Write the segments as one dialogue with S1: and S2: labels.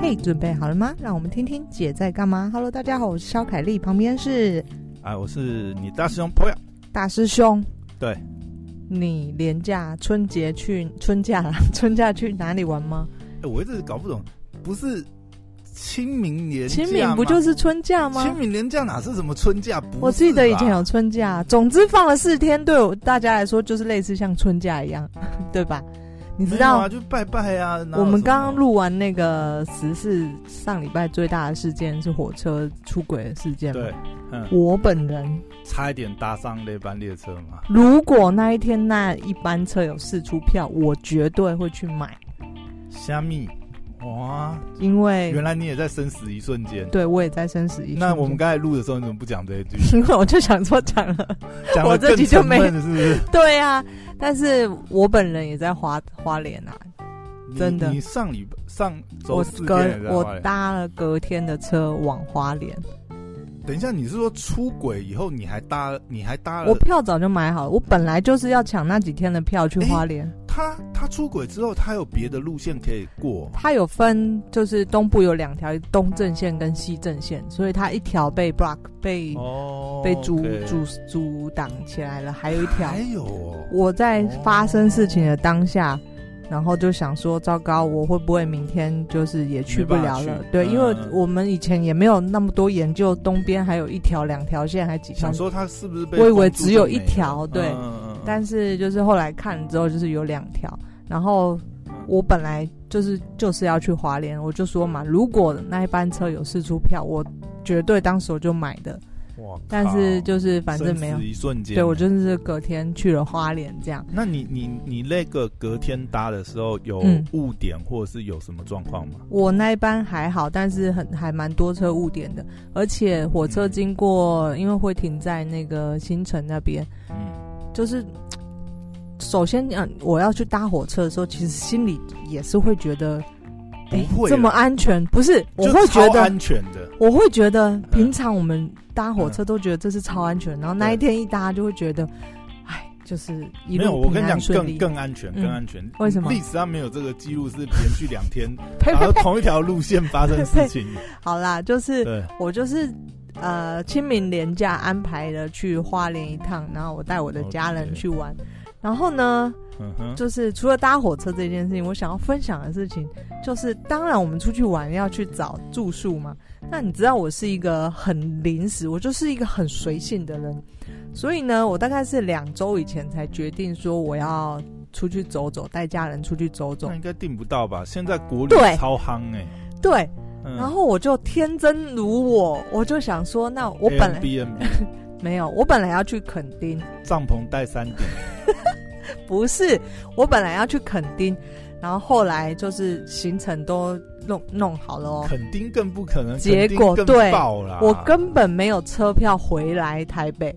S1: 嘿，准备好了吗？让我们听听姐在干嘛。Hello，大家好，我是肖凯丽，旁边是
S2: 啊，我是你大师兄 Poya。
S1: 大师兄。
S2: 对，
S1: 你廉假春节去春假啦， 春假去哪里玩吗？
S2: 哎我一直搞不懂，不是清明年假
S1: 清
S2: 吗
S1: 明不就是春假吗？
S2: 清明年假哪是什么春假？不是吧
S1: 我记得以前有春假，啊总之放了四天，对我大家来说就是类似像春假一样， 对吧？你知
S2: 没有
S1: 道
S2: 啊，就拜拜啊。哪有什么
S1: 我们刚刚录完那个十四上礼拜最大的事件是火车出轨的事件嘛？
S2: 对，嗯，
S1: 我本人
S2: 差一点搭上那班列车嘛。
S1: 如果那一天那一班车有试出票，我绝对会去买，
S2: 虾米，哇，
S1: 因为
S2: 原来你也在生死一瞬间。
S1: 对我也在生死一哎瞬间。
S2: 那我们刚才录的时候，你怎么不讲这一句？
S1: 因为我就想说讲了，
S2: 讲
S1: 我
S2: 的
S1: 这
S2: 更
S1: 集就
S2: 沉
S1: 没
S2: 闷了，是不是？
S1: 对啊，但是我本人也在花花莲啊，
S2: 你
S1: 真的
S2: 你上礼拜上周
S1: 我
S2: 四
S1: 隔
S2: 天也在
S1: 我
S2: 花莲
S1: 搭了隔天的车往花莲，
S2: 等一下，你是说出轨以后你还搭你还搭了
S1: 我票早就买好了，我本来就是要抢那几天的票去
S2: 哎
S1: 花莲。
S2: 他他出轨之后，他有别的路线可以过，
S1: 它有分，就是东部有两条东正线跟西正线，所以它一条被 block 被、
S2: 哦
S1: 被阻阻阻挡起来了，还有一 条
S2: 还有哦，
S1: 我在发生事情的当下，然后就想说，糟糕，我会不会明天就是也去不了
S2: 没办法
S1: 了
S2: 去？
S1: 对，
S2: 嗯
S1: 因为我们以前也没有那么多研究，东边还有一条、两条线，还几条
S2: 想。说他嗯是不是被
S1: 我以为
S2: 封住
S1: 只有
S2: 就没
S1: 一条对
S2: 嗯嗯嗯嗯
S1: 但是就是后来看之后，就是有两条。然后我本来就是就是要去华联，我就说嘛，如果那一班车有试出票，我绝对当时我就买的。
S2: 哇靠，
S1: 但是就是反正没有
S2: 生死，一瞬间，
S1: 对我就是隔天去了花莲这样。
S2: 那你你你那个隔天搭的时候有
S1: 嗯
S2: 误点或者是有什么状况吗？
S1: 我那一班还好，但是很还蛮多车误点的，而且火车经过，因为会停在那个新城那边，
S2: 嗯，
S1: 就是嘖首先嗯，我要去搭火车的时候，其实心里也是会觉得，哎、
S2: 不会
S1: 这么
S2: 啦
S1: 安全，不是？我
S2: 就
S1: 会觉
S2: 超
S1: 得，
S2: 安嗯全的，
S1: 我会觉得，平常我们搭火车都觉得这是超安全，然后那一天一搭就会觉得，哎，就是一
S2: 没有，
S1: 路
S2: 我
S1: 平
S2: 跟你
S1: 安
S2: 讲，
S1: 顺
S2: 更
S1: 利。
S2: 更安全，
S1: 嗯
S2: 更安全。
S1: 为什么
S2: 历史上没有这个记录是连续两 天，
S1: 呸
S2: 然
S1: 呸
S2: 后
S1: 呸！
S2: 同一条路线发生事 情。
S1: 好啦，就是
S2: 对，
S1: 我就是呃清明连假安排了去花莲一趟，然后我带我的家人
S2: OK
S1: 去玩。然后呢，
S2: 嗯哼，
S1: 就是除了搭火车这件事情，我想要分享的事情就是，当然我们出去玩要去找住宿嘛。那你知道我是一个很临时，我就是一个很随性的人，所以呢，我大概是两周以前才决定说我要出去走走，带家人出去走走
S2: 那。应该订不到吧？现在国旅
S1: 对
S2: 超夯哎、
S1: 对，
S2: 嗯
S1: 然后我就天真如我，我就想说，那我本来
S2: B N B
S1: 没有，我本来要去垦丁，
S2: 帐篷带三顶，
S1: 不是，我本来要去垦丁，然后后来就是行程都弄弄好了哦，
S2: 肯定更不可能，
S1: 结
S2: 垦丁
S1: 果
S2: 更
S1: 对
S2: 爆啦。
S1: 我根本没有车票回来台北，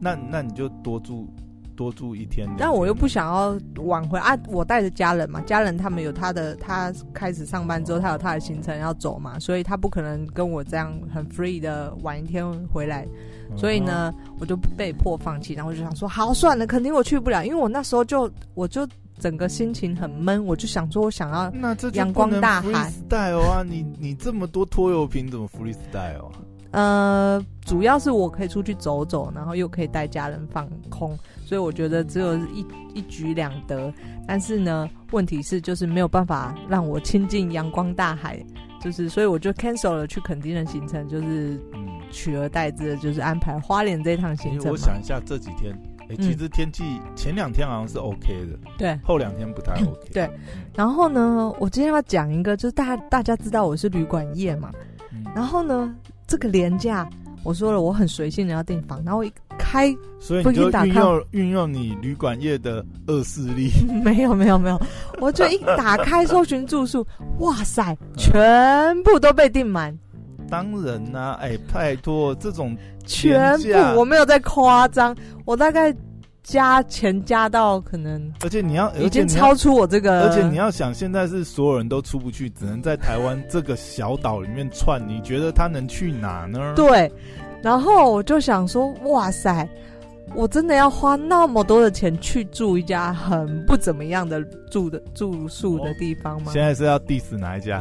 S2: 那那你就多住多住一天，
S1: 但我又不想要挽回啊，我带着家人嘛，家人他们有他的，他开始上班之后，他有他的行程要走嘛，所以他不可能跟我这样很 free 的晚一天回来，
S2: 两天，
S1: 所以呢，我就被迫放弃，然后我就想说，好，算了，肯定我去不了，因为我那时候就我就整个心情很闷，我就想说，我想要
S2: 嗯哼。那这就
S1: 阳光
S2: 不能
S1: 大海
S2: freestyle 啊！你你这么多拖油瓶怎么 freestyle 啊？
S1: 呃，主要是我可以出去走走，然后又可以带家人放空，所以我觉得只有一一举两得。但是呢，问题是就是没有办法让我亲近阳光大海，就是所以我就 cancel 了去垦丁的行程，就是
S2: 嗯，
S1: 取而代之的就是安排花莲这趟行
S2: 因为
S1: 程
S2: 我
S1: 嘛。嗯
S2: 想一下这几天，哎、其实天气前两天好像是 OK 的，
S1: 对，
S2: 后两天不太 OK。
S1: 对然后呢，我今天要讲一个，就是大家大家知道我是旅馆业嘛，
S2: 嗯，
S1: 然后呢，这个廉价。我说了，我很随性的要订房，然后我一开
S2: 所以
S1: 不
S2: 你就
S1: 行打
S2: 运
S1: 抗
S2: 用运用你旅馆业的恶势力，
S1: 没有没有没有，我就一打开搜寻住 宿，哇塞，全部都被订满，
S2: 当然啦、哎、拜托，这种
S1: 全
S2: 廉价
S1: 部我没有在夸张，我大概加钱加到可能
S2: 而且你要，
S1: 已
S2: 而且
S1: 经
S2: 你要，
S1: 超出我这个，
S2: 而且你要想，现在是所有人都出不去，只能在台湾这个小岛里面窜。你觉得他能去哪呢？
S1: 对，然后我就想说，哇塞，我真的要花那么多的钱去住一家很不怎么样的住的住宿的地方吗？
S2: 现在是要 diss 哪一家？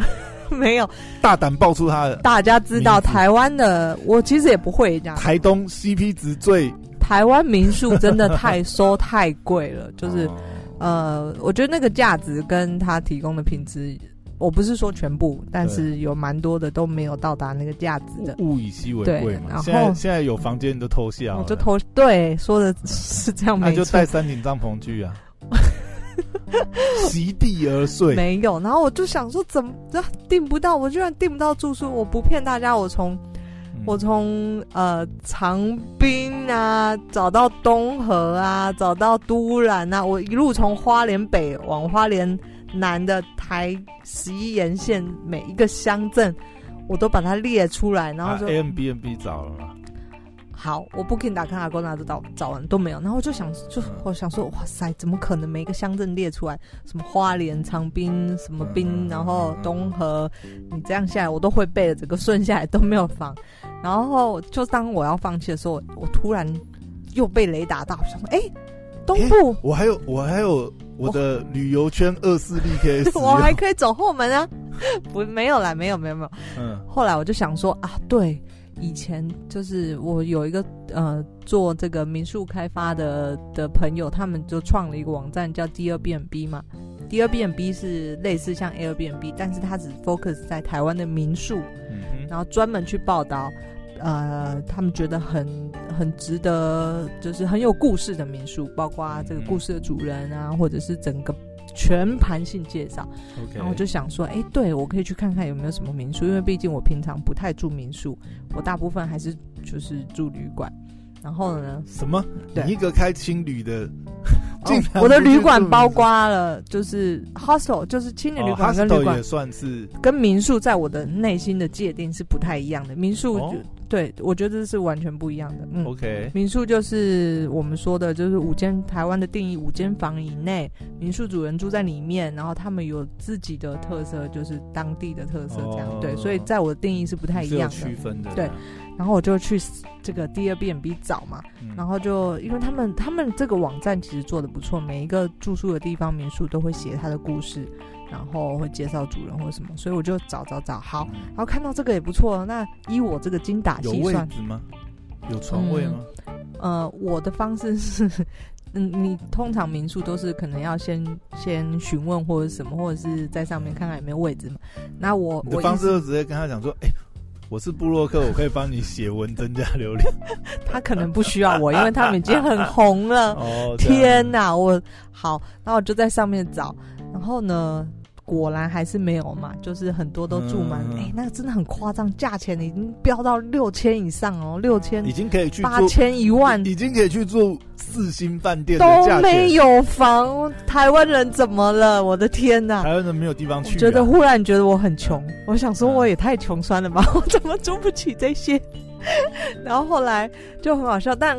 S1: 没有，
S2: 大胆爆出他的
S1: 大家知道
S2: 名字
S1: 台湾的，我其实也不会这样。
S2: 台东 CP 值最，
S1: 台湾民宿真的太收太贵 了，就是
S2: 哦
S1: 呃，我觉得那个价值跟它提供的品质，我不是说全部，但
S2: 对
S1: 是有蛮多的都没有到达那个价值的。
S2: 物以稀为贵
S1: 对然
S2: 嘛。
S1: 后
S2: 现在现在有房间你都偷笑
S1: 我
S2: 了，
S1: 就投对说的是这样
S2: 那
S1: 没
S2: 就
S1: 错
S2: 带，三顶帐篷 去啊，席地而睡。
S1: 没有。然后我就想说，怎么这订不到？我居然订不到住宿！我不骗大家，我从
S2: 嗯
S1: 我从呃长滨啊，找到东河啊，找到都兰啊，我一路从花莲北往花莲南的台十一沿线每一个乡镇，我都把它列出来，然后
S2: 啊
S1: 说、
S2: A M B N B 找了嘛，
S1: 好，我不给你打看阿公拿都找找完都没有，然后我就想就
S2: 嗯
S1: 我想说，哇塞，怎么可能每个乡镇列出来？什么花莲、长滨、什么滨，
S2: 嗯
S1: 然后东河，嗯你这样下来我都会背了，整个顺下来都没有放。然后就当我要放弃的时候，我我突然又被雷打到，我想说，哎、东部、
S2: 我还有我还有我的旅游圈二四 力可以使用
S1: 我还可以走后门啊，不没有啦，没有没有没有。
S2: 嗯
S1: 后来我就想说啊，对，以前就是我有一个呃做这个民宿开发的的朋友，他们就创了一个网站叫 d 二 b n b 嘛 d 二 b n b 是类似像 Airbnb，但是它只 focus 在台湾的民宿，
S2: 嗯哼
S1: 然后专门去报道。呃，他们觉得很很值得，就是很有故事的民宿，包括这个故事的主人啊，或者是整个全盘性介绍。
S2: ，OK，
S1: 然后我就想说，哎、对我可以去看看有没有什么民宿，因为毕竟我平常不太住民宿，我大部分还是就是住旅馆。然后 呢，
S2: 什么？
S1: 对
S2: 你一个开青旅的，
S1: 哦
S2: 竟然不
S1: 我的
S2: 是住
S1: 旅馆
S2: 民宿
S1: 包括了就是 hostel，就是青年旅
S2: 哦
S1: 馆跟旅
S2: hostel
S1: 馆、
S2: 也算是
S1: 跟民宿，在我的内心的界定是不太一样的。民宿就、
S2: 哦
S1: 对我觉得是完全不一样的。嗯
S2: OK，
S1: 民宿就是我们说的，就是五间台湾的定义，五间房以内，民宿主人住在里面，然后他们有自己的特色，就是当地的特色这样。
S2: 哦
S1: 对，所以在我的定义是不太一
S2: 是有
S1: 样
S2: 区
S1: 的。
S2: 分的，
S1: 对，然后我就去这个第二 b n b 找嘛，
S2: 嗯
S1: 然后就因为他们他们这个网站其实做的不错，每一个住宿的地方民宿都会写他的故事，然后会介绍主人或什么，所以我就找找找，好，
S2: 嗯
S1: 然后看到这个也不错，那依我这个精打
S2: 有
S1: 细
S2: 位
S1: 算，
S2: 置吗？有床位吗？
S1: 呃，我的方式是，嗯，你通常民宿都是可能要先先询问或者什么，或者是在上面看看有没有位置嘛。那我
S2: 你的
S1: 我
S2: 方
S1: 意
S2: 式
S1: 思，
S2: 就直接跟他讲说，哎、我是布洛克，我可以帮你写文增加流 量。
S1: 他可能不需要我，因为他们已经很红了。
S2: 哦，这样
S1: 天哪，我好，那我就在上面找，然后呢，果然还是没有嘛，就是很多都住满，
S2: 嗯
S1: 哎、那个真的很夸张，价钱已经飙到六千以上哦，六千
S2: 已、经可以去
S1: 八
S2: 住
S1: 千、一万
S2: 已经可以去住四星饭店的价
S1: 都
S2: 钱，
S1: 没有房，台湾人怎么了？我的天哪！
S2: 台湾人没有地方去、嗯
S1: 我
S2: 啊。
S1: 觉得忽然觉得我很穷，我想说我也太穷酸了吧， 我怎么租不起这些？ 然后后来就很好笑，但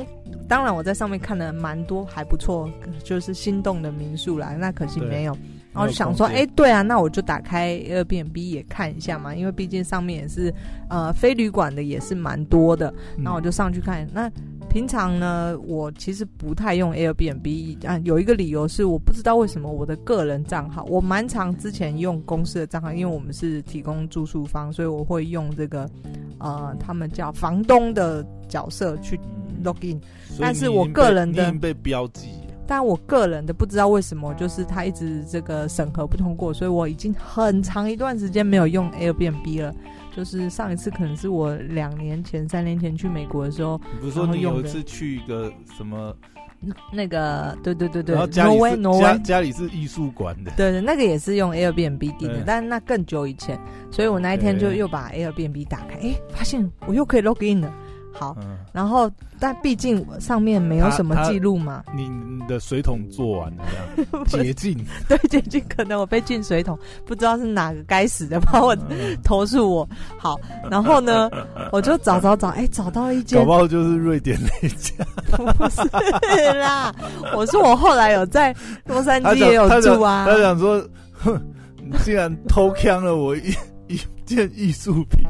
S1: 当然我在上面看了蛮多还不错，就是心动的民宿啦，那可惜
S2: 对
S1: 没有。
S2: 没有
S1: 然后就想说，
S2: 空
S1: 哎、
S2: 间
S1: 对啊，那我就打开 Airbnb 也看一下嘛，因为毕竟上面也是呃非旅馆的也是蛮多的，
S2: 嗯
S1: 那我就上去看。那平常呢，我其实不太用 Airbnb 啊，有一个理由是我不知道为什么我的个人账号，我蛮常之前用公司的账号，因为我们是提供住宿方，所以我会用这个呃，他们叫房东的角色去
S2: 嗯
S1: log in，
S2: 所以
S1: 但是
S2: 你已
S1: 我
S2: 经
S1: 个
S2: 被
S1: 人
S2: 你
S1: 的
S2: 已经被标记了，
S1: 但我个人的不知道为什么，就是他一直这个审核不通过，所以我已经很长一段时间没有用 Airbnb 了。就是上一次可能是我两年前、三年前去美国的时候，
S2: 你不是说
S1: 然后
S2: 你
S1: 用
S2: 有一
S1: 的
S2: 次去一个什么，
S1: 那个对对对对
S2: 然后家里
S1: ，Norway
S2: 是
S1: Norway
S2: 家家里是艺术馆的，
S1: 对对，那个也是用 Airbnb 订的
S2: 对，
S1: 但那更久以前，所以我那一天就
S2: OK
S1: 又把 Airbnb 打开，诶，发现我又可以 log in 了。好，
S2: 嗯，
S1: 然后但毕竟上面没有
S2: 他
S1: 什么
S2: 他
S1: 记录嘛，
S2: 你你的水桶做完了 这样捷径，
S1: 对，就就可能我被进水桶，不知道是哪个该死的把我
S2: 嗯
S1: 投诉我。好，然后呢，我就找找找，哎，找到一
S2: 搞
S1: 间
S2: 不好就是瑞典那一家，
S1: 不是啦。我说我后来有在洛杉矶
S2: 他想
S1: 也有
S2: 他想
S1: 住啊，
S2: 他想说，哼，你竟然偷抢了我一一件艺术品，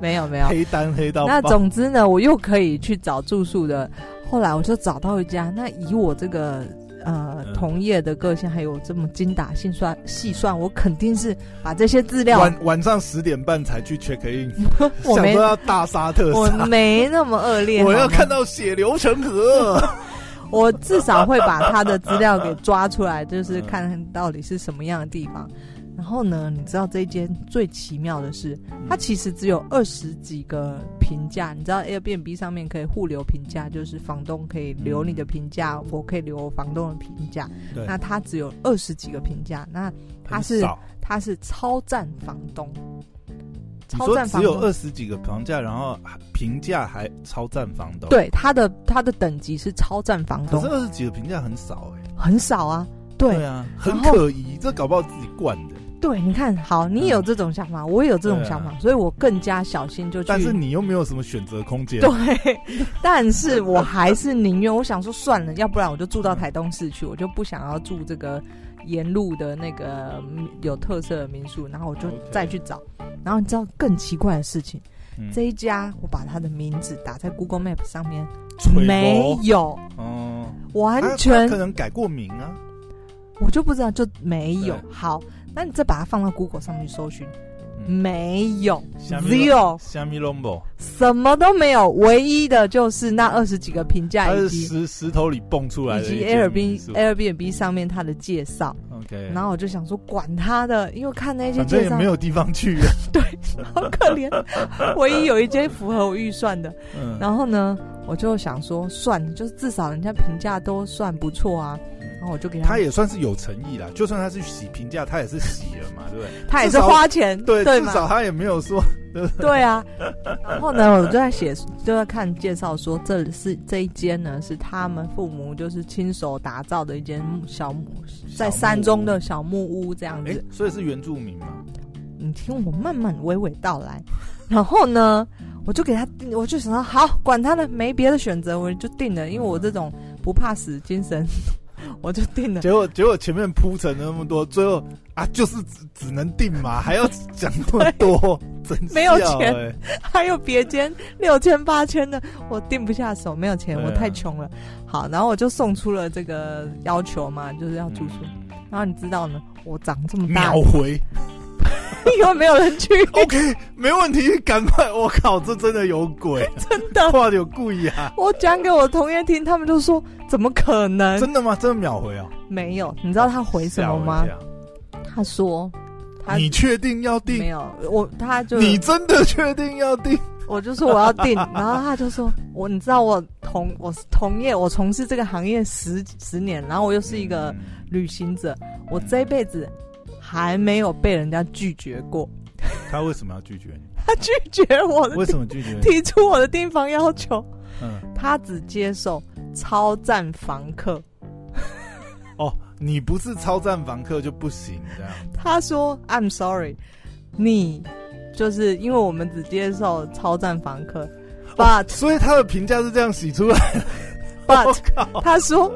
S1: 没有没有。
S2: 黑单黑到
S1: 那
S2: 爆
S1: 总之呢，我又可以去找住宿的。后来我就找到一家，那以我这个呃
S2: 嗯
S1: 同业的个性，还有这么精打细算细算，我肯定是把这些资料，
S2: 晚晚上十点半才去 check in，
S1: 我
S2: 想
S1: 没
S2: 说要大杀特
S1: 我
S2: 杀，
S1: 没那么恶劣，
S2: 我
S1: 好
S2: 要
S1: 吗
S2: 看到血流成河。
S1: 我至少会把他的资料给抓出来， 就是
S2: 嗯
S1: 看到底是什么样的地方。然后呢，你知道这一间最奇妙的是，它其实只有二十几个评价。你知道 Airbnb 上面可以互留评价，就是房东可以留你的评价，我可以留房东的评价。
S2: 对
S1: 那它只有二十几个评价，那它
S2: 很
S1: 是
S2: 少
S1: 它是超赞房东，
S2: 你
S1: 超
S2: 说
S1: 赞
S2: 只
S1: 房
S2: 有
S1: 东。
S2: 二十几个房价，然后还评价还超赞房东。，
S1: 对，它的它的等级是超赞房
S2: 可
S1: 东
S2: 是，二十几个评价很少哎、
S1: 很少啊。对，
S2: 啊，
S1: 然
S2: 很
S1: 后
S2: 可疑，这搞不好自己惯的。
S1: 对，你看，好，你有这种想法，我也有这种想法，
S2: 嗯对啊
S1: 所以我更加小心就去。
S2: 但是你又没有什么选择空间。
S1: 对， 但是我还是宁愿，我想说算了，要不然我就住到台东市去，我就不想要住这个沿路的那个嗯有特色的民宿，然后我就
S2: OK
S1: 再去找。然后你知道更奇怪的事情，
S2: 嗯
S1: 这一家我把它的名字打在 Google Map 上面，
S2: 吹
S1: 没
S2: 毛
S1: 有，
S2: 哦，
S1: 完
S2: 他
S1: 全
S2: 他可能改过名啊。
S1: 我就不知道，就没有。
S2: 对
S1: 好，那你再把它放到 Google 上面去搜寻，
S2: 嗯
S1: 没有
S2: 下面有
S1: ，zero。
S2: 虾米 lombo，
S1: 什么都没有，唯一的就是那二十几个评价
S2: 它
S1: 以
S2: 是
S1: 及
S2: 石石头里蹦出来
S1: 以
S2: 的
S1: 及
S2: 一间民
S1: Airbnb
S2: 宿。
S1: Airbnb 上面它的介绍，
S2: OK，
S1: 然后我就想说管他的，因为看那些
S2: 反正
S1: 介
S2: 也
S1: 绍
S2: 没有地方去。啊
S1: 好可怜， 唯一有一间符合我预算的。
S2: 嗯，
S1: 然后呢，我就想说算了，就是至少人家评价都算不错啊。然后我就给
S2: 他也算是有诚意啦，就算他是洗评价，他也是洗了嘛，对不对？
S1: 他也
S2: 至
S1: 是
S2: 少
S1: 花钱，
S2: 对，
S1: 对
S2: 至
S1: 吗？
S2: 少他也没有说
S1: 对啊，然后呢，我就在写，就在看介绍说，这是这一间呢是他们父母就是亲手打造的一间小木，在山中的小木屋这样
S2: 哎
S1: 子。，
S2: 所以是原住民嘛？
S1: 你听我慢慢娓娓道来，然后呢，我就给他定，我就想到好，管他的，没别的选择，我就定了，因为我这种不怕死精神， 我就定 了。
S2: 结果结果前面铺陈了那么多，最后啊，就是只只能定嘛，还要讲那么 多，真
S1: 没有
S2: 笑
S1: 钱
S2: 欸
S1: 还有别间六千八千的，我定不下手，没有钱，
S2: 对啊
S1: 我太穷了。好，然后我就送出了这个要求嘛，就是要住宿。
S2: 嗯
S1: 然后你知道呢，我长这么大
S2: 秒，回
S1: 因为没有人去，
S2: ，OK，没问题，赶快！我靠，这真的有鬼，
S1: 真的。
S2: 话有故意啊！
S1: 我讲给我同业听，他们就说怎么可能
S2: 真的吗？真的秒回啊？
S1: 没有？你知道他回什么吗
S2: 吓？我一
S1: 他说
S2: 跳？
S1: 他
S2: 你确定要
S1: 没
S2: 定？
S1: 有，我他就
S2: 你真的确定要定？
S1: 我就说我要 订，然后他就说我你知道我同我是同业，我从事这个行业十十年，然后我又是一个。旅行者，我这辈子还没有被人家拒绝过。
S2: 他为什么要拒绝你？
S1: 他拒绝我的
S2: 为什么拒绝 你？
S1: 提出我的订房要求，
S2: 嗯，
S1: 他只接受超赞房客。
S2: 你不是超赞房客就不行，这样
S1: 他说：“I'm sorry，你就是因为我们只接受超赞房客，but
S2: 所以他的评价是这样洗出来。 我
S1: but
S2: 靠！
S1: 他说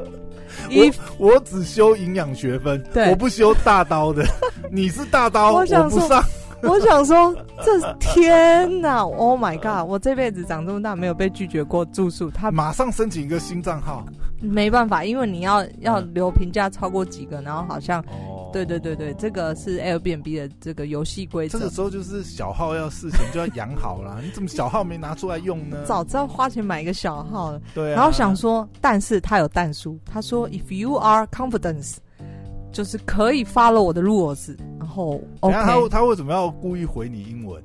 S1: if
S2: 我只修营养学分，
S1: 对
S2: 我不修大 刀的。你是大刀，
S1: 我
S2: 我
S1: 想
S2: 不
S1: 说
S2: 上。
S1: 我想说，这天哪，Oh my god！我这辈子长这么大没有被拒绝过住宿，他
S2: 马上申请一个新账号。
S1: 没办法，因为你要要
S2: 嗯
S1: 留评价超过几个，然后好像
S2: 哦
S1: 对对对对，这个是 Airbnb 的这个游戏规
S2: 这
S1: 则
S2: 个。时候就是小号要事情就要养好 啦。你怎么小号没拿出来用呢？
S1: 早知道花钱买一个小号了，
S2: 对啊，嗯
S1: 然后想说，但是他有淡书，他说 If you are confidence，就是可以 follow 我的 rules，然后
S2: 等
S1: OK，
S2: 一下他他为什么要故意回你英文？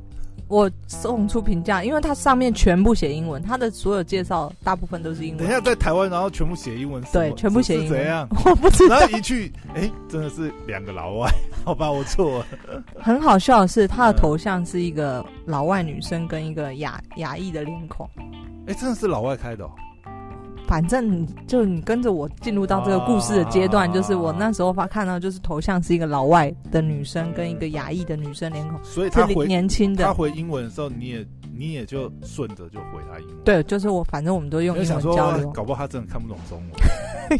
S1: 我送出评价，因为它上面全部写英文，它的所有介绍大部分都是英
S2: 等一
S1: 文，
S2: 下在台湾，然后全部写英文，
S1: 对
S2: 什么
S1: 全部写
S2: 是
S1: 英文
S2: 怎样？
S1: 我不知
S2: 然
S1: 道
S2: 后。一去，哎，真的是两个老外， 好吧，我错了。
S1: 很好笑的是，他的
S2: 嗯
S1: 头像是一个老外女生跟一个亚亚裔的脸孔。
S2: 哎，真的是老外开的哦，
S1: 反正你就你跟着我进入到这个故事的阶段，
S2: 啊
S1: 就是我那时候发看到，就是头像是一个老外的女生跟一个亚裔的女生脸孔，
S2: 所以他
S1: 是
S2: 回
S1: 年轻
S2: 他
S1: 的。
S2: 回英文的时候，你也你也就顺着就回他英文。
S1: 对，就是我，反正我们都用
S2: 我
S1: 英
S2: 想
S1: 文
S2: 说哎
S1: 交流，
S2: 搞不好他真的看不懂中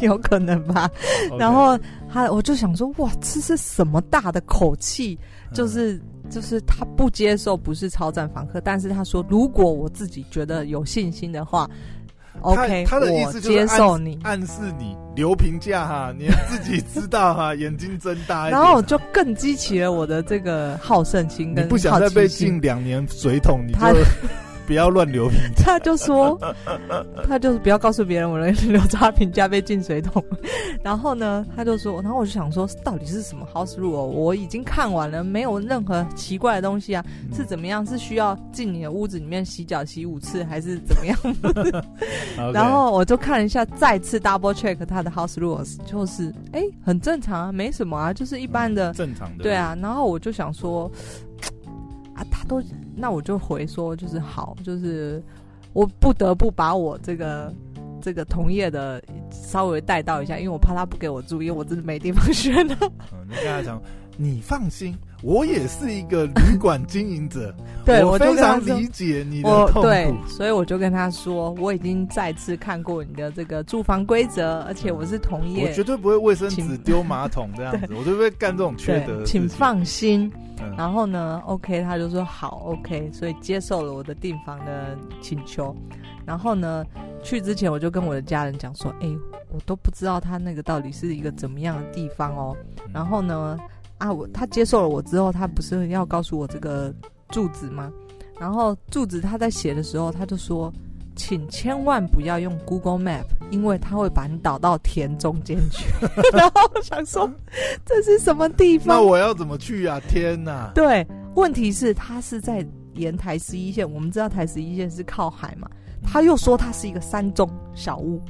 S1: 有可能 吧。
S2: 文。
S1: 然后他，我就想说，哇，这是什么大的口气？
S2: OK，
S1: 就是就是他不接受，不是超赞访客，但是他说，如果我自己觉得有信心的话
S2: 嗯
S1: ，OK，
S2: 他的意思
S1: 我
S2: 就是
S1: 接
S2: 暗
S1: 受你。
S2: 暗示你留评价哈，你自己知道哈， 眼睛睁大一点。啊
S1: 然后我就更激起了我的这个好胜心
S2: 你
S1: 跟
S2: 不想
S1: 好
S2: 再
S1: 奇
S2: 被
S1: 心
S2: 禁两年水桶，你就
S1: 他
S2: 不要乱留评价。
S1: 他就说，他就是不要告诉别人我的留差评价被进水桶。 然后呢，他就说，然后我就想说，到底是什么 house rule？哦我已经看完了，没有任何奇怪的东西啊，
S2: 嗯
S1: 是怎么样？是需要进你的屋子里面洗脚洗五次，还是怎么样？
S2: 嗯 OK
S1: 然后我就看了一下，再次 double check 他的 house rules，就是哎、诶很正常啊，没什么啊，就是一般的
S2: 正常的
S1: 对，啊，然后我就想说，啊，他都，那我就回说，就是好，就是我不得不把我这个这个同业的稍微带到一下，因为我怕他不给我注意，我真的没地方选 了。
S2: 嗯，你跟他讲，你放心，我也是一个旅馆经营者，
S1: 对，
S2: 我
S1: 我就
S2: 非
S1: 跟他
S2: 常
S1: 说
S2: 理解你的
S1: 我
S2: 痛
S1: 对
S2: 苦，。
S1: 所以我就跟他说，我已经再次看过你的这个住房规则，而且我是同
S2: 我
S1: 业，
S2: 绝对不会卫生纸
S1: 请
S2: 丢马桶这样 子，我就不会干这种缺德
S1: 对，
S2: 的事情。
S1: 请放心。
S2: 嗯，
S1: 然后呢，OK，他就说好，OK，所以接受了我的订房的请求。然后呢，去之前我就跟我的家人讲说，哎、我都不知道他那个到底是一个怎么样的地方哦。
S2: 嗯
S1: 然后呢，啊，我他接受了我之后，他不是要告诉我这个住址吗？然后住址他在写的时候，他就说。请千万不要用 Google Map，因为它会把你导到田中间去。 然后我想说，这是什么地方？
S2: 那我要怎么去啊？天哪！
S1: 对，问题是他是在沿台十一线，我们知道台十一线是靠海嘛，
S2: 嗯
S1: 他又说他是一个山中小屋。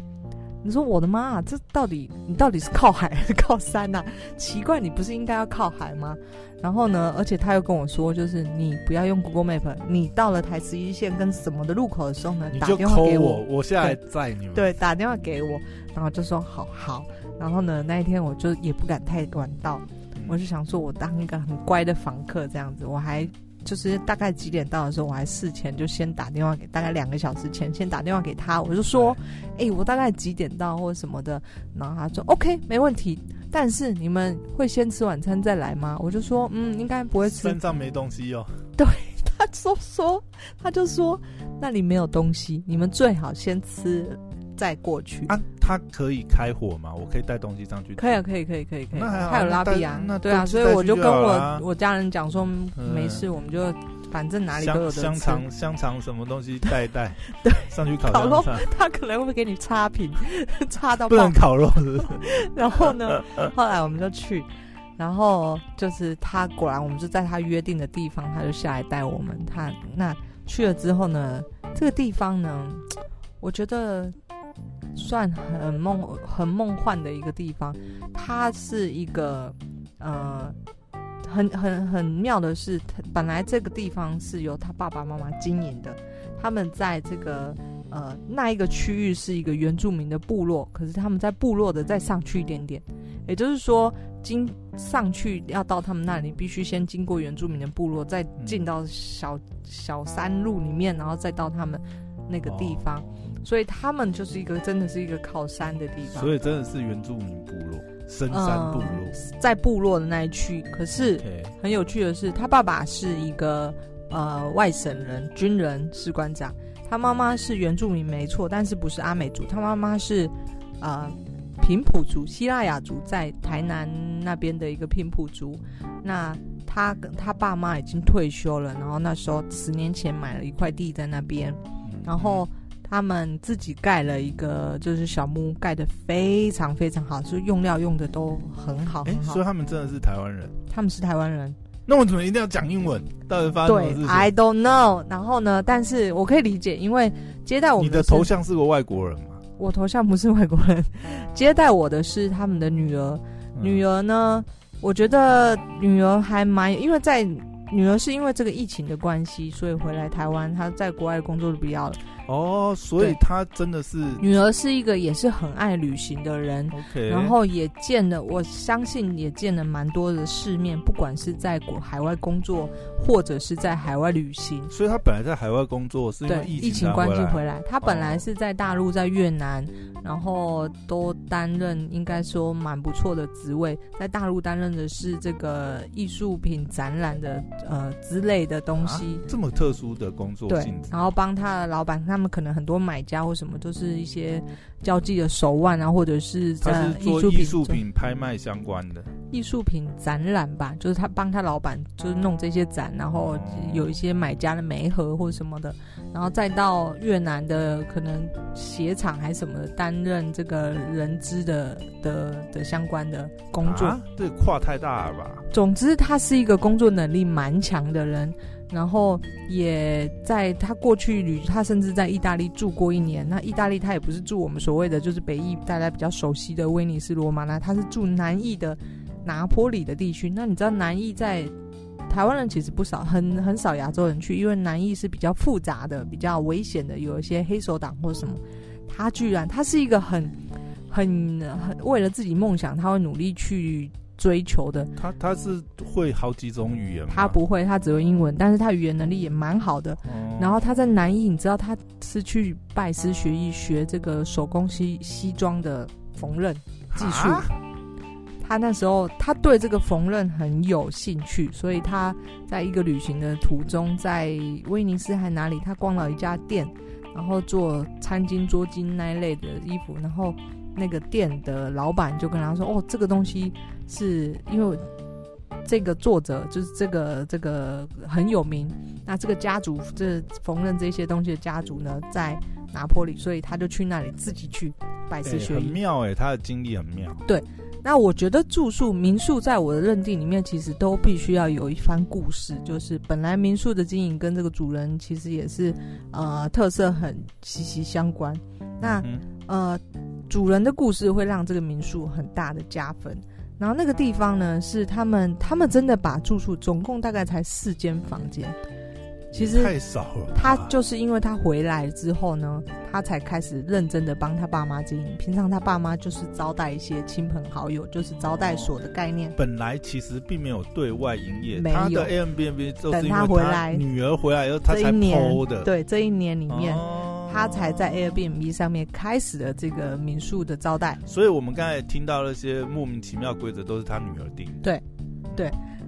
S1: 你说我的妈、啊，这到底你到底是靠海还是靠山呐、奇怪，你不是应该要靠海吗？然后呢，而且他又跟我说，就是你不要用 Google Map，你到了台十一线跟什么的路口的时候呢，
S2: 你
S1: 呃打
S2: 就
S1: 电话
S2: 抠
S1: 给
S2: 我，我下来载你们。，
S1: 对，打电话给我，然后就说好好。然后呢，那一天我就也不敢太晚到，
S2: 嗯
S1: 我就想说我当一个很乖的房客这样子，我还就是大概几点到的时候，我还事前就先打电话给，大概两个小时前先打电话给他，我就说，哎、我大概几点到或者什么的，然后他说 OK 没问题，但是你们会先吃晚餐再来吗？我就说嗯，应该不会吃
S2: 身上没东西哦。
S1: 他就说，他就说那里没有东西，你们最好先吃再过去。
S2: 啊，它可以开火吗？我可以带东西上去。
S1: 可以啊，可以，可以，可以，可以。
S2: 那还好
S1: 还有拉比啊
S2: 那，带
S1: 对啊，
S2: 那
S1: 所以
S2: 带去
S1: 我就
S2: 就
S1: 跟
S2: 好
S1: 我、
S2: 啦
S1: 我家人讲说，嗯
S2: 嗯
S1: 没事，我们就反正哪里都有
S2: 香
S1: 的吃。
S2: 香肠、香肠什么东西带一带，
S1: 对，
S2: 上去烤
S1: 烤肉
S2: 香肠，
S1: 他可能会给你差评，差到
S2: 不
S1: 爆
S2: 能。烤肉是不是？
S1: 然后 呢，后来我们就去，然后就是他果然，我们就在他约定的地方，他就下来带我们。他那去了之后呢，这个地方呢，我觉得算很梦很梦幻的一个地方。它是一个呃，很很很妙的是，它本来这个地方是由他爸爸妈妈经营的，他们在这个呃那一个区域是一个原住民的部落，可是他们在部落的再上去一点点，也就是说，经上去要到他们那里，必须先经过原住民的部落，再进到小、小山路里面，然后再到他们那个地方。
S2: 哦
S1: 所以他们就是一个真的是一个靠山的地方，
S2: 所以真的是原住民部落，深
S1: 嗯
S2: 山部落。
S1: 在部落的那一区。可是
S2: OK，
S1: 很有趣的是，他爸爸是一个呃外省人，军人士官长。他妈妈是原住民没错，但是不是阿美族，他妈妈是呃平埔族、希腊雅族，在台南那边的一个平埔族。那他跟他爸妈已经退休了，然后那时候十年前买了一块地在那边，
S2: 嗯
S1: 然后他们自己盖了一个，就是小木屋，盖的非常非常好，就是用料用的都很好
S2: 哎
S1: 很，哦好
S2: 所以。他们真的是台湾人。
S1: 他们是台湾人，
S2: 那我怎么一定要讲英文？到底发生什
S1: 对
S2: 么事
S1: ，I
S2: 情？
S1: don't know。然后呢，但是我可以理解，因为接待我
S2: 你
S1: 们
S2: 的
S1: 是
S2: 头，像是个外国人嘛？
S1: 我头像不是外国人，接待我的是他们的女儿。女
S2: 儿
S1: 儿呢，我觉得女儿还蛮，因为在女儿是因为这个疫情的关系，所以回来台湾，她在国外工作就不要了。
S2: 哦，所以
S1: 对
S2: 他真的是
S1: 女儿是一个也是很爱旅行的人，
S2: OK。
S1: 然后也见了，我相信也见了蛮多的世面，不管是在国海外工作，或者是在海外旅行。
S2: 所以他本来在海外工作，是因
S1: 对
S2: 为
S1: 疫
S2: 情
S1: 情
S2: 才
S1: 关系
S2: 来
S1: 回来，他本来
S2: 哦
S1: 是在大陆，在越南，然后都担任应该说蛮不错的职位，在大陆担任的是这个艺术品展览的呃之类的东西。
S2: 这么特殊的工作
S1: 对
S2: 性，质。
S1: 然后帮他的老板，他他们可能很多买家或什么都是一些交际的手腕啊，或者是
S2: 他
S1: 呃
S2: 是做
S1: 术
S2: 艺
S1: 品
S2: 术
S1: 中
S2: 品拍卖相关的，
S1: 艺术品展览吧，就是他帮他老板就是弄这些展，然后有一些买家的媒合或什么的，然后再到越南的可能鞋厂还什么的担任这个人资的的的相关的工作。
S2: 啊，这跨太大了吧？
S1: 总之，他是一个工作能力蛮强的人，然后也在他过去旅，他甚至在意大利住过一年。那意大利他也不是住我们所谓的就是北意大家比较熟悉的威尼斯、罗马那他是住南意的拿坡里的地区。那你知道南意在台湾人其实不少，很很少亚洲人去，因为南意是比较复杂的、比较危险的，有一些黑手党或什么。他居然，他是一个很很很为了自己梦想，他会努力去追求的。
S2: 他他是会好几种语言吗？
S1: 他不会，他只会英文，但是他语言能力也蛮好的。
S2: 哦，
S1: 然后他在南艺，你知道他是去拜师学艺，学这个手工西西装的缝纫技术
S2: 啊。
S1: 他那时候他对这个缝纫很有兴趣，所以他在一个旅行的途中，在威尼斯还哪里，他逛了一家店，然后做餐巾、桌巾那一类的衣服，然后那个店的老板就跟他说：“哦，这个东西是因为这个作者就是这个这个很有名，那这个家族这缝纫这些东西的家族呢，在拿坡里，所以他就去那里自己去拜
S2: 哎
S1: 师学
S2: 很
S1: 艺。
S2: 妙哎、他的经历很妙。
S1: 那我觉得住宿民宿在我的认定里面，其实都必须要有一番故事。就是本来民宿的经营跟这个主人其实也是呃特色很息息相关。那
S2: 嗯
S1: 呃，主人的故事会让这个民宿很大的加分。然后那个地方呢，是他们他们真的把住宿总共大概才四间房间，其实
S2: 太少了吧，
S1: 他就是因为他回来之后呢，他才开始认真的帮他爸妈经营。平常他爸妈就是招待一些亲朋好友，就是招待所的概念。
S2: 本来其实并没有对外营业，
S1: 没有
S2: 他的 Airbnb 就
S1: 等
S2: 是因为
S1: 他回来
S2: 女儿回来以后他
S1: 这
S2: 才
S1: 一年
S2: 剖的，
S1: 对，这一年里面，
S2: 哦
S1: 他才在 Airbnb 上面开始了这个民宿的招待。
S2: 所以我们刚才听到那些莫名其妙规则都是他女儿定的。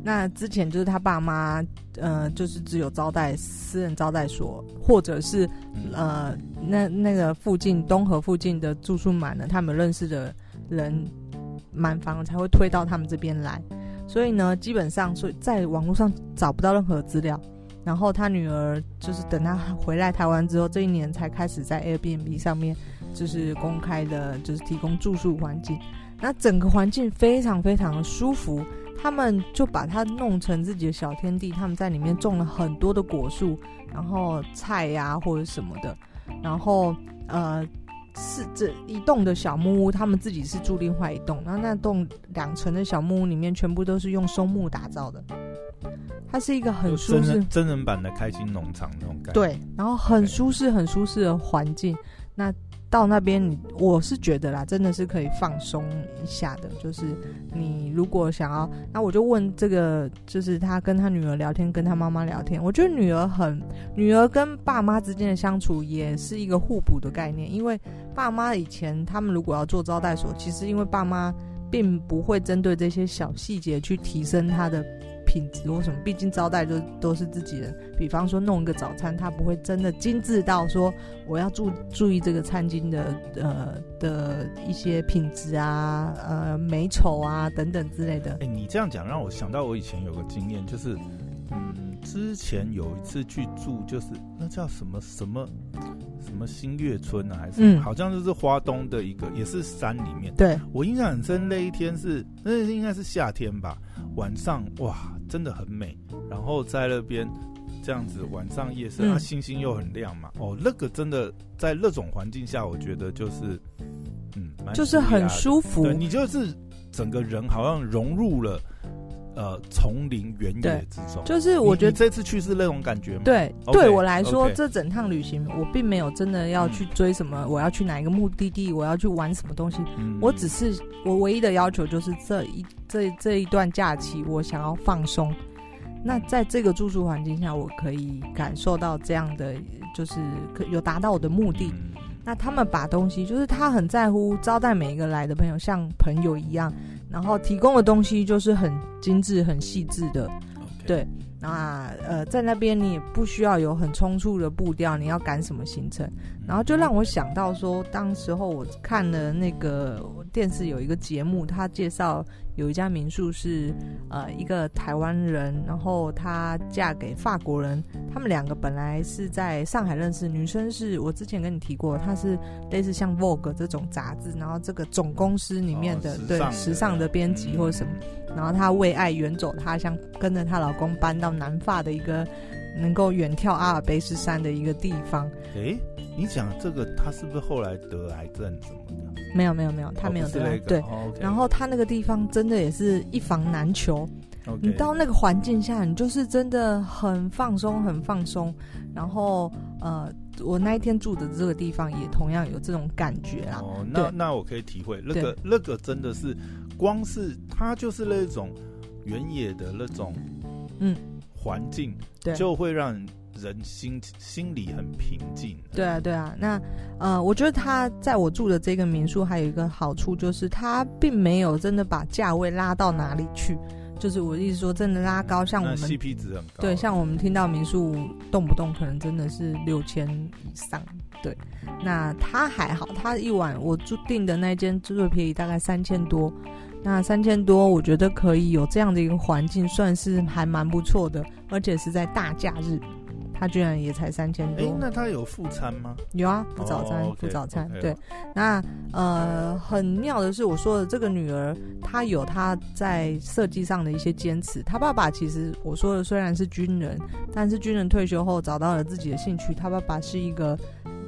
S1: 那之前就是他爸妈，呃，就是只有招待私人招待所，或者是
S2: 嗯
S1: 呃，那那个附近东河附近的住宿满了，他们认识的人满房了才会推到他们这边来。所以呢，基本上所以在网络上找不到任何资料。然后他女儿就是等他回来台湾之后，这一年才开始在 Airbnb 上面就是公开的，就是提供住宿环境。那整个环境非常非常的舒服，他们就把它弄成自己的小天地，他们在里面种了很多的果树，然后菜呀、或者什么的，然后呃是这一栋的小木屋，他们自己是住另外一栋，然后那栋两层的小木屋里面全部都是用松木打造的，它是一个很
S2: 就
S1: 舒
S2: 真
S1: 适
S2: 人，真人版的开心农场那种感觉。，
S1: 对，然后很舒适很舒适的环境，那。到那边，你我是觉得啦，真的是可以放松一下的。就是你如果想要，那我就问这个，就是他跟他女儿聊天，跟他妈妈聊天。我觉得女儿很女儿跟爸妈之间的相处也是一个互补的概念，因为爸妈以前他们如果要做招待所，其实因为爸妈并不会针对这些小细节去提升他的品质或什么，毕竟招待都都是自己人。比方说弄一个早餐，他不会真的精致到说我要注注意这个餐巾的呃的一些品质啊、呃美丑啊等等之类的
S2: 哎、。你这样讲让我想到我以前有个经验，就是嗯，之前有一次去住，就是那叫什么什么什么新月村啊，还是、
S1: 嗯
S2: 好像就是花东的一个，也是山里面。
S1: 对，
S2: 我印象很深，那一天是那应该是夏天吧，晚上哇，真的很美。然后在那边这样子，晚上夜色，
S1: 嗯
S2: 它、星星又很亮嘛。哦，那个真的在那种环境下，我觉得就是嗯，蛮
S1: 就是很舒
S2: 舒服
S1: 服
S2: 的。对。你就是整个人好像融入了呃丛林原野
S1: 对
S2: 之中。
S1: 就是我
S2: 你
S1: 觉得
S2: 你这次去是那种感觉吗？，
S1: 对
S2: 嗯 OK，
S1: 对我来说
S2: OK
S1: 这整趟旅行我并没有真的要去追什么，我要去哪一个目的地，我要去玩什么东西。
S2: 嗯
S1: 我只是我唯一的要求就是这一这这一段假期我想要放松。那在这个住宿环境下，我可以感受到这样的，就是可有达到我的目的。
S2: 嗯
S1: 那他们把东西，就是他很在乎招待每一个来的朋友，像朋友一样，然后提供的东西就是很精致、很细致的。
S2: ，OK
S1: 对那呃，在那边你也不需要有很冲促的步调，你要赶什么行程？然后就让我想到说，当时候我看了那个电视有一个节目，他介绍有一家民宿是呃一个台湾人，然后她嫁给法国人，他们两个本来是在上海认识，女生是我之前跟你提过，她是类似像 Vogue 这种杂志，然后这个总公司里面的、
S2: 哦时尚
S1: 对
S2: 的嗯
S1: 时尚的编辑或者什么，然后她为爱远走他乡，跟着她老公搬到南法的一个能够远眺阿尔卑斯山的一个地方。
S2: 哎，你讲这个，他是不是后来得癌症什么的？
S1: 没有没有没有，他
S2: 哦
S1: 没有
S2: 不是
S1: 得到
S2: 那个
S1: 对。
S2: 哦，OK，
S1: 然后他那个地方真的也是一房难求，
S2: OK
S1: 你到那个环境下，你就是真的很放松，很放松。然后呃，我那一天住的这个地方也同样有这种感觉啊啦。
S2: 哦，那
S1: 对
S2: 那我可以体会，那
S1: 对
S2: 个那个真的是，光是它就是那种原野的那种，
S1: 嗯，
S2: 环境，
S1: 对
S2: 就会让人心心里很平静。
S1: 对啊，对啊。那呃，我觉得他在我住的这个民宿还有一个好处，就是他并没有真的把价位拉到哪里去，就是我的意思说，真的拉高，像我
S2: 那
S1: 们
S2: CP 值很高，
S1: 对，像我们听到民宿动不动可能真的是六千以上，对。那他还好，他一晚我住订的那间最便宜大概三千多，那三千多我觉得可以有这样的一个环境，算是还蛮不错的，而且是在大假日，他居然也才三千
S2: 哎
S1: 多，。
S2: 那它有副餐吗？
S1: 有啊，付早餐，
S2: 哦，OK，
S1: 付早餐
S2: OK，
S1: 对。那呃，很妙的是，我说的这个女儿，她有她在设计上的一些坚持。她爸爸其实我说的虽然是军人，但是军人退休后找到了自己的兴趣。她爸爸是一个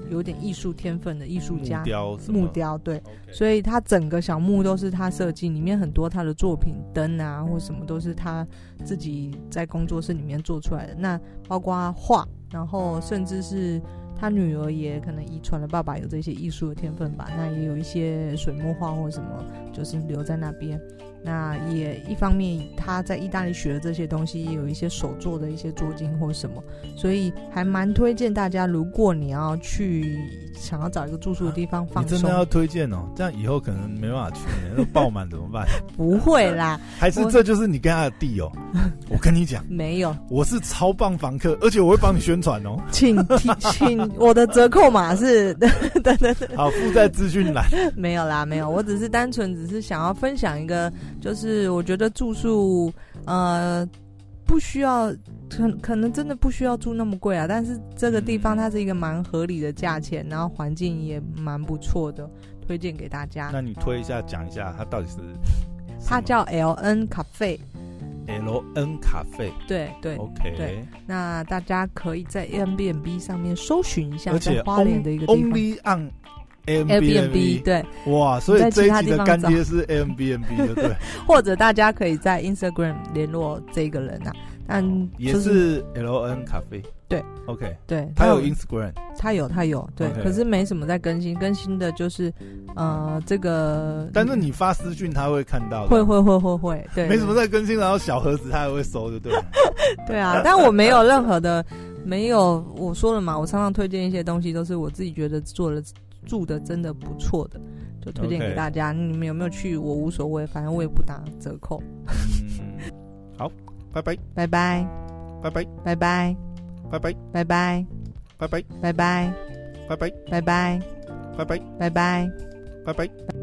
S1: 有点艺术天分的艺术
S2: 木
S1: 家，
S2: 雕什么
S1: 木雕对。
S2: ，OK，
S1: 所以他整个小木都是他设计，里面很多他的作品灯啊或什么都是他自己在工作室里面做出来的。那包括画，然后甚至是他女儿也可能遗传了爸爸有这些艺术的天分吧。那也有一些水墨画或什么，就是留在那边。那也一方面他在意大利学的这些东西，也有一些手做的一些作精或什么，所以还蛮推荐大家，如果你要去想要找一个住宿的地方放
S2: 你
S1: 松
S2: 真，的要推荐哦，这样以后可能没办法去，那爆满怎么 办？
S1: 不会啦，
S2: 还是
S1: 我
S2: 这就是你跟他的 地哦？我跟你讲，
S1: 没有，
S2: 我是超棒房客，而且我会帮你宣传哦。
S1: 请提请 我的折扣码是 等等等，
S2: 好，附在资讯栏。
S1: 没有啦，没有，我只是单纯只是想要分享一个，就是我觉得住宿呃不需要，可可能真的不需要住那么贵啊，但是这个地方它是一个蛮合理的价钱，然后环境也蛮不错的，推荐给大家。
S2: 那你推一下，讲一下它到底是什
S1: 它
S2: 么
S1: 叫 L N Cafe，
S2: L N 咖啡
S1: 对对，
S2: ，OK，
S1: 对那大家可以在 Airbnb 上面搜寻一下，
S2: 而且
S1: 在花莲的一个地方
S2: Only on
S1: Airbnb
S2: Airbnb，
S1: 对。
S2: 哇，所以
S1: 在
S2: 这
S1: 其
S2: 一
S1: 他
S2: 集
S1: 地
S2: 的
S1: 方
S2: 干
S1: 找
S2: 爹是 Airbnb 对不 对？
S1: 或者大家可以在 Instagram 联络这个人啊，但
S2: 也
S1: 就是
S2: L N 咖啡，
S1: 对
S2: ，OK，
S1: 对，
S2: 它有
S1: 他
S2: Instagram，
S1: 他有他有对
S2: OK
S1: 可是没什么在更新，更新的就是呃这个，
S2: 但是你发私讯他会看到的，
S1: 会会会会会对，
S2: 没什么在更新，然后小盒子他还会收，对不 对？
S1: 对啊，但我没有任何的没有我说了嘛，我常常推荐一些东西都是我自己觉得做的住的真的不错的。就推荐
S2: OK
S1: 给大家你们有没有去我无所谓，反正我也不打折扣。
S2: 嗯，好，拜拜，
S1: 拜拜，
S2: 拜拜，
S1: 拜拜，
S2: 拜拜，
S1: 拜拜，
S2: 拜拜，
S1: 拜拜，
S2: 拜拜，
S1: 拜拜，
S2: 拜拜，
S1: 拜拜。
S2: 拜拜。